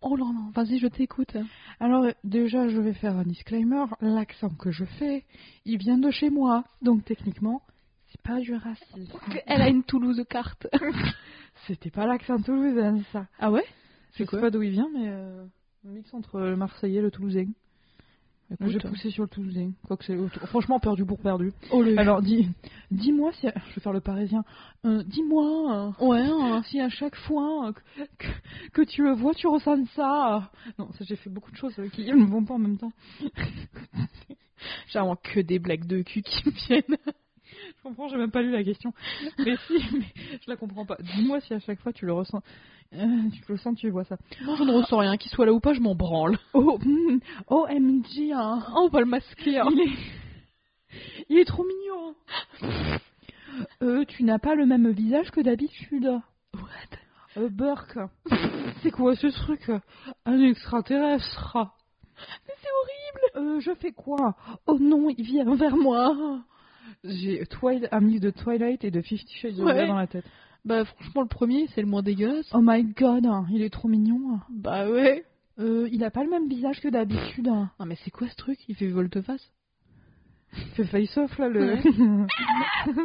S1: Oh là là, vas-y, je t'écoute.
S2: Alors, euh, déjà, je vais faire un disclaimer. L'accent que je fais, il vient de chez moi. Donc, techniquement, c'est pas du racisme.
S1: Elle a une Toulouse carte.
S2: C'était pas l'accent toulousain, ça.
S1: Ah ouais
S2: Je sais pas d'où il vient, mais euh, un mix entre le marseillais et le toulousain. euh, J'ai
S1: Écoute.
S2: poussé sur le toulousain. Quoique c'est... Franchement, perdu pour perdu.
S1: Oh le.
S2: Alors, dis, dis-moi si... Je vais faire le parisien. Euh, dis-moi... euh,
S1: Ouais, hein.
S2: si à chaque fois euh, que, que- que tu le vois, tu ressens ça. Non, ça, j'ai fait beaucoup de choses euh, qui ne vont pas en même temps.
S1: j'ai vraiment que des blagues de cul qui me viennent.
S2: Je comprends, j'ai même pas lu la question. Mais si, mais je la comprends pas. Dis-moi si à chaque fois tu le ressens, euh, tu le sens, tu vois ça.
S1: Moi, je ne ressens rien, qu'il soit là ou pas, je m'en branle.
S2: Oh, hmm, OMG, hein.
S1: Oh, on va le masquer. hein.
S2: il est, il est trop mignon. Euh, tu n'as pas le même visage que d'habitude.
S1: What
S2: Euh, Burke, c'est quoi ce truc Un extraterrestre. Mais c'est horrible. je fais quoi Oh non, il vient vers moi. J'ai Twilight- un mix de Twilight et de Fifty Shades of
S1: Ouais.
S2: Grey dans la tête.
S1: Bah, franchement, le premier, c'est le moins dégueulasse.
S2: Oh my god, il est trop mignon.
S1: Bah ouais.
S2: Euh, il a pas le même visage que d'habitude.
S1: Non, mais c'est quoi ce truc Il fait volte-face
S2: Fait face off là le.
S1: Ouais.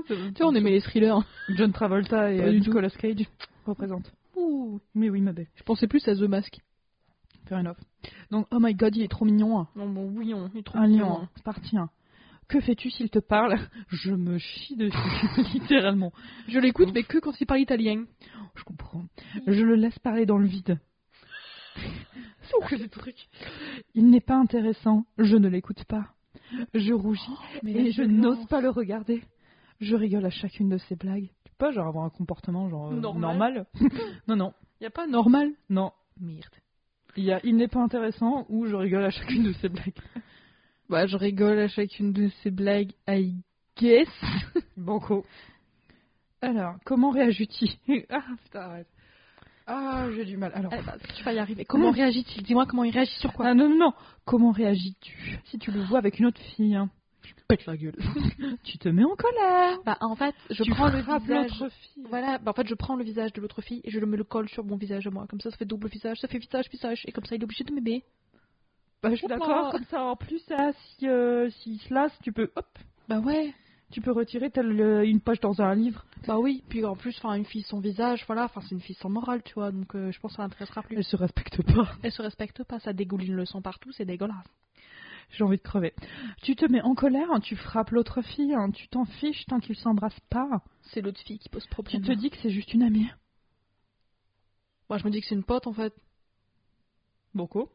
S1: Tu
S2: tu
S1: vois, on aimait les thrillers.
S2: John Travolta et
S1: Pas
S2: euh,
S1: du tout.
S2: Nicolas Cage représente.
S1: Ouh.
S2: Mais oui, ma belle.
S1: Je pensais plus à The Mask.
S2: Fair enough. Donc oh my god, il est trop mignon.
S1: Non, bon, oui, on est trop
S2: Un lion, c'est parti. hein. Que fais-tu s'il te parle Je me chie dessus, littéralement.
S1: Je l'écoute, mais que quand il parle italien.
S2: Je comprends. Je le laisse parler dans le vide. C'est horrible, ces trucs. Il n'est pas intéressant, je ne l'écoute pas. Je rougis
S1: Oh,
S2: et je n'ose pas le regarder. Je rigole à chacune de ses blagues. Tu peux pas genre avoir un comportement genre euh,
S1: Normal.
S2: normal Non, non,
S1: Y a pas normal
S2: non.
S1: Merde.
S2: Il y a il n'est pas intéressant ou je rigole à chacune de ses blagues.
S1: Bah, je rigole à chacune de ces blagues, I guess.
S2: Banco. Alors, comment réagis-tu Ah putain, arrête. Ah, j'ai du mal. Alors,
S1: Eh ben, tu vas y arriver.
S2: Comment
S1: réagit-il Dis-moi comment il réagit sur
S2: ah, non, non, non. Comment réagis-tu si tu le vois avec une autre fille hein
S1: Ah, Pète la gueule.
S2: Tu te mets en colère.
S1: Bah, en fait, je
S2: tu
S1: prends le
S2: frappes
S1: visage.
S2: l'autre fille.
S1: Voilà, bah, en fait, je prends le visage de l'autre fille et je le me le colle sur mon visage à moi. Comme ça, ça fait double visage, ça fait visage, visage. Et comme ça, il est obligé de m'aimer.
S2: Bah, je suis
S1: Hop là.
S2: d'accord. Comme ça, en plus, là, si euh, s'il se lasse, tu peux, hop,
S1: Bah, ouais.
S2: tu peux retirer telle euh, une page dans un livre.
S1: Bah, oui. Puis en plus, enfin, une fille sans visage, voilà, enfin, c'est une fille sans morale, tu vois. Donc, euh, je pense que ça l'intéressera plus.
S2: Elle se respecte pas.
S1: Elle se respecte pas, ça dégouline le sang partout, c'est dégueulasse.
S2: J'ai envie de crever. Tu te mets en colère. hein, tu frappes l'autre fille. hein, tu t'en fiches tant qu'ils s'embrassent pas.
S1: C'est l'autre fille qui pose
S2: Tu
S1: problème.
S2: te dis que c'est juste une amie.
S1: Moi, je me dis que c'est une pote en fait.
S2: Banco.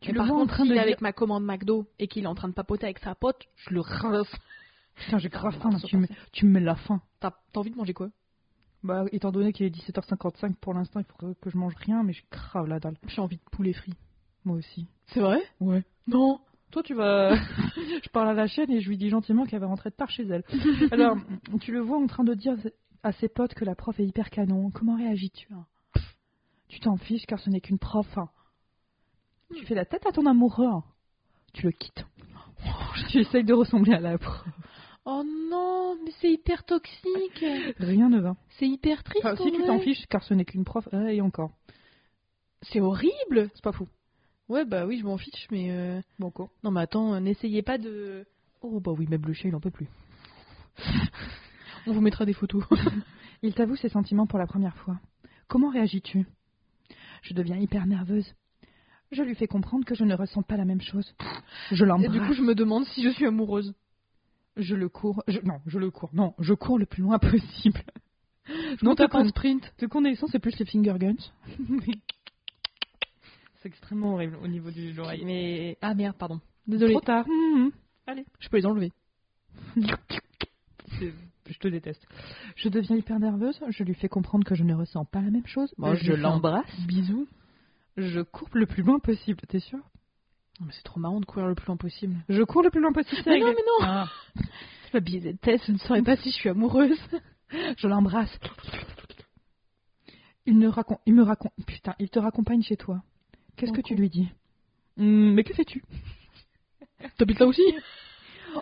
S2: Tu
S1: Mais
S2: le
S1: par
S2: vois en
S1: contre,
S2: train
S1: s'il
S2: de
S1: est
S2: dire-
S1: avec ma commande McDo et qu'il est en train de papoter avec sa pote, je le rince.
S2: Putain, j'ai grave faim. là,
S1: Attention,
S2: Tu me, tu me mets la faim.
S1: T'as t'as envie de manger quoi
S2: Bah, étant donné qu'il est 17h55 pour l'instant, il faut que, que je mange rien, mais j'ai grave la dalle.
S1: J'ai envie de poulet frit.
S2: Moi aussi.
S1: C'est vrai
S2: Ouais.
S1: Non
S2: Toi, tu vas. je parle à la chienne et je lui dis gentiment qu'elle va rentrer tard chez elle. Alors, tu le vois en train de dire à ses potes que la prof est hyper canon. Comment réagis-tu hein Pff, Tu t'en fiches car ce n'est qu'une prof. hein. Tu fais la tête à ton amoureux. hein. Tu le quittes. tu essayes de ressembler à la prof.
S1: Oh non, mais c'est hyper toxique.
S2: Rien ne va.
S1: C'est hyper triste.
S2: Enfin,
S1: en
S2: si tu
S1: vrai.
S2: t'en fiches car ce n'est qu'une prof. Ouais, et encore.
S1: C'est horrible.
S2: C'est pas fou.
S1: Ouais, bah oui, je m'en fiche, mais. euh,
S2: Bon, quoi.
S1: Non, mais attends, euh, n'essayez pas de. Oh, bah oui, même le chien, il en peut plus. On vous mettra des photos.
S2: Il t'avoue ses sentiments pour la première fois. Comment réagis-tu Je deviens hyper nerveuse. Je lui fais comprendre que je ne ressens pas la même chose. Je
S1: Et du coup,
S2: l'embrasse.
S1: je me demande si je suis amoureuse.
S2: Je le cours. je- Non, je le cours. Non, je cours le plus loin possible. non,
S1: t'as
S2: ta,
S1: pas
S2: con...
S1: un sprint.
S2: ta connaissance, c'est plus les finger guns. c'est extrêmement horrible au niveau de l'oreille.
S1: Mais. Ah merde, pardon. Désolée.
S2: Trop tard. Hum, hum.
S1: Je peux les enlever.
S2: C'est- Je te déteste. Je deviens hyper nerveuse. Je lui fais comprendre que je ne ressens pas la même chose.
S1: Moi, je
S2: lui fais un
S1: l'embrasse.
S2: Bisous. Je cours le plus loin possible. T'es sûr
S1: Non, mais c'est trop marrant de courir le plus loin possible.
S2: Je cours le plus loin possible. c'est
S1: Mais non,
S2: réglé.
S1: mais non
S2: Ah.
S1: La biaisée de test, je ne saurais pas si je suis amoureuse.
S2: Je l'embrasse. Il, ne racon- il me raconte. Putain, il te raccompagne chez toi. Qu'est-ce que tu lui dis Hum, Mais que fais-tu
S1: T'habites là aussi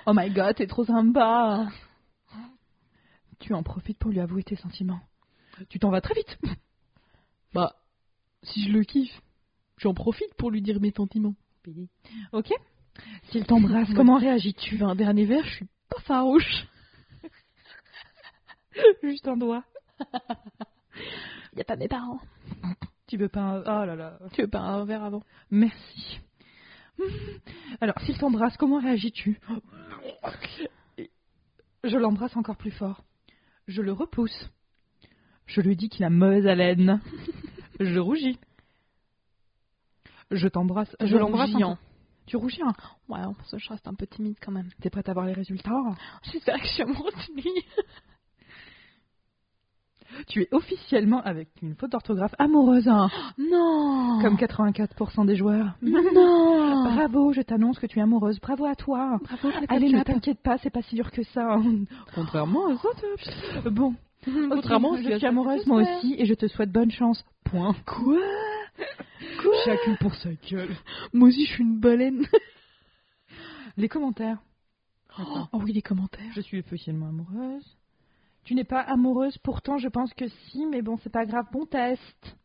S2: Oh my god, t'es trop sympa. Tu en profites pour lui avouer tes sentiments. Tu t'en vas très vite.
S1: Bah, si je le kiffe, j'en profite pour lui dire mes sentiments.
S2: Ok S'il t'embrasse, comment réagis-tu
S1: Tu veux un dernier verre Je suis pas farouche.
S2: Juste un doigt.
S1: Y a pas mes parents.
S2: Tu veux pas un... Oh là là.
S1: Tu veux pas un verre avant
S2: Merci. Hum. Alors, s'il t'embrasse, comment réagis-tu Oh, Je l'embrasse encore plus fort. Je le repousse. Je lui dis qu'il a mauvaise haleine. Je rougis. Je t'embrasse. Je l'embrasse.
S1: Géant.
S2: encore- Tu rougis. hein
S1: Ouais, pour ça, je reste un peu timide quand même.
S2: T'es prête à voir les résultats hein.
S1: J'espère que je suis amoureuse de lui.
S2: Tu es officiellement avec une faute d'orthographe amoureuse, hein,
S1: Non
S2: comme 84% des joueurs.
S1: Mais non
S2: Bravo, je t'annonce que tu es amoureuse. Bravo à toi.
S1: Bravo, je le
S2: Allez, ne
S1: capte.
S2: t'inquiète pas, c'est pas si dur que ça. hein. Contrairement aux autres. Bon,
S1: Mhm,
S2: contrairement,
S1: Contrairement
S2: je suis amoureuse moi aussi et je te souhaite bonne chance. Point.
S1: Quoi
S2: Chacune pour sa gueule.
S1: Moi aussi, je suis une baleine.
S2: Les commentaires.
S1: Oh oui, les commentaires.
S2: Je suis officiellement amoureuse. Tu n'es pas amoureuse, pourtant je pense que si, mais bon, c'est pas grave, bon test.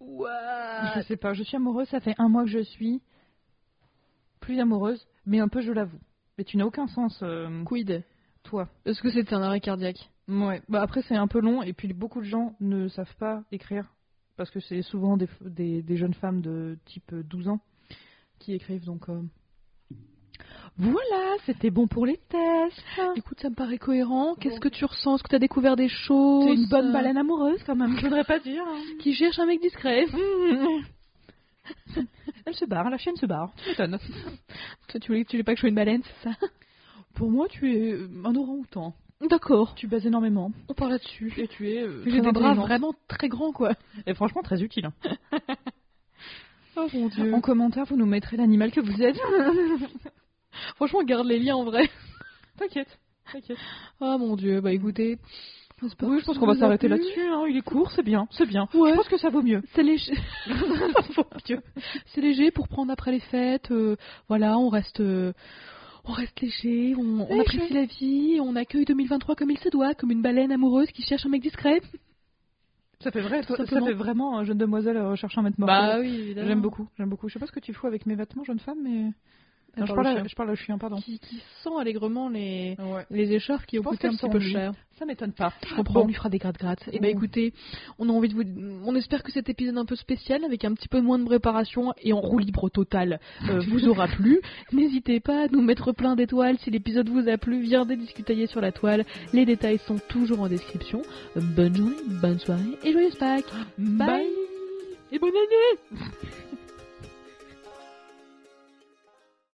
S2: Je sais pas, je suis amoureuse, ça fait un mois que je suis. Plus amoureuse, mais un peu, je l'avoue. Mais tu n'as aucun sens, euh,
S1: Quid
S2: toi.
S1: Est-ce que c'était un arrêt cardiaque
S2: Ouais, bah après c'est un peu long et puis beaucoup de gens ne savent pas écrire parce que c'est souvent des, des, des jeunes femmes de type euh, 12 ans qui écrivent donc. euh, Voilà, c'était bon pour les tests.
S1: Ah. Écoute, ça me paraît cohérent. Qu'est-ce que tu ressens Est-ce que t'as découvert des choses
S2: T'es une bonne
S1: euh,
S2: baleine amoureuse quand même, je voudrais pas dire. hein.
S1: qui cherche un mec discret
S2: Elle se barre, la chaîne se barre. Tu m'étonnes.
S1: Toi, tu voulais, tu voulais pas que je sois une baleine, c'est ça
S2: Pour moi, tu es euh, un orang-outan.
S1: D'accord.
S2: Tu baises énormément
S1: On parle là-dessus.
S2: et tu es. euh,
S1: J'ai
S2: très
S1: des bras
S2: intelligente.
S1: vraiment très grands, quoi.
S2: Et franchement, très utile. hein.
S1: Oh mon dieu.
S2: En commentaire, vous nous mettrez l'animal que vous êtes.
S1: Franchement, garde les liens en vrai.
S2: T'inquiète, t'inquiète.
S1: Ah mon dieu, bah écoutez. j'espère
S2: Oui,
S1: que
S2: je pense
S1: ça
S2: qu'on va
S1: vous a
S2: s'arrêter
S1: plu.
S2: là-dessus. hein. Il est court, c'est bien, c'est bien.
S1: Ouais.
S2: Je pense que ça vaut mieux.
S1: C'est léger. Mon Dieu. C'est léger pour prendre après les fêtes. euh, voilà, on reste, euh, on reste léger, on, on
S2: Léger.
S1: apprécie la vie, on accueille 2023 comme il se doit, comme une baleine amoureuse qui cherche un mec discret.
S2: Ça fait vrai, ça,
S1: simplement. Bah
S2: fait vraiment euh, jeune demoiselle euh, recherche un mètre mort.
S1: oui, évidemment.
S2: j'aime beaucoup, j'aime beaucoup. Je sais pas ce que tu fous avec mes vêtements, jeune femme, mais non,
S1: Elle
S2: je
S1: parle
S2: parle,
S1: au
S2: à,
S1: chien.
S2: je parle au chien, pardon.
S1: Qui, qui sent allègrement les,
S2: Ouais.
S1: les écharpes qui ont
S2: pense
S1: coûté un
S2: qu'elles
S1: petit
S2: sont
S1: peu
S2: lui.
S1: cher.
S2: Ça m'étonne pas.
S1: Je comprends, on
S2: Bon.
S1: lui Ah, fera des grattes-grattes. Et ben
S2: Ouh.
S1: écoutez, on a envie de vous, on espère que cet épisode un peu spécial, avec un petit peu moins de préparation et en roue libre totale, euh, vous aura plu. N'hésitez pas à nous mettre plein d'étoiles si l'épisode vous a plu. Viendez discutailler sur la toile. Les détails sont toujours en description. Euh, Bonne journée, bonne soirée et joyeuse Pâques.
S2: Bye.
S1: Et bonne année.